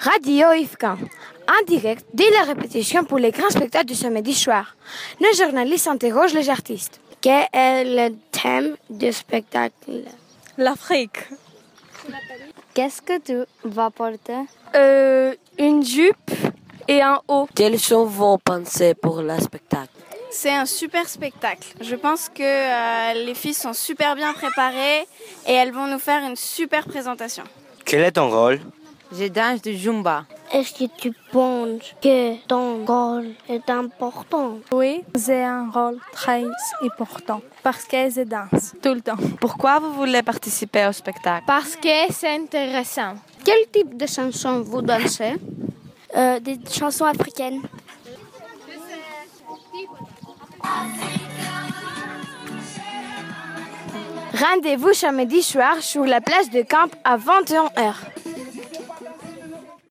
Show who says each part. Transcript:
Speaker 1: Radio IFCA, en direct dès la répétition pour les grands spectacles du samedi soir. Nos journalistes interrogent les artistes.
Speaker 2: Quel est le thème du spectacle
Speaker 3: L'Afrique.
Speaker 2: Qu'est-ce que tu vas porter
Speaker 4: Euh, une jupe et un haut.
Speaker 5: Quelles sont vos pensées pour le spectacle
Speaker 6: c'est un super spectacle. Je pense que euh, les filles sont super bien préparées et elles vont nous faire une super présentation.
Speaker 7: Quel est ton rôle
Speaker 8: Je danse du Zumba.
Speaker 9: Est-ce que tu penses que ton rôle est important
Speaker 10: Oui, j'ai un rôle très important parce que je danse tout le temps.
Speaker 3: Pourquoi vous voulez participer au spectacle
Speaker 11: Parce que c'est intéressant.
Speaker 12: Quel type de chansons vous dansez
Speaker 13: euh, Des chansons africaines.
Speaker 1: Rendez-vous samedi soir sur la place de Camp à 21h.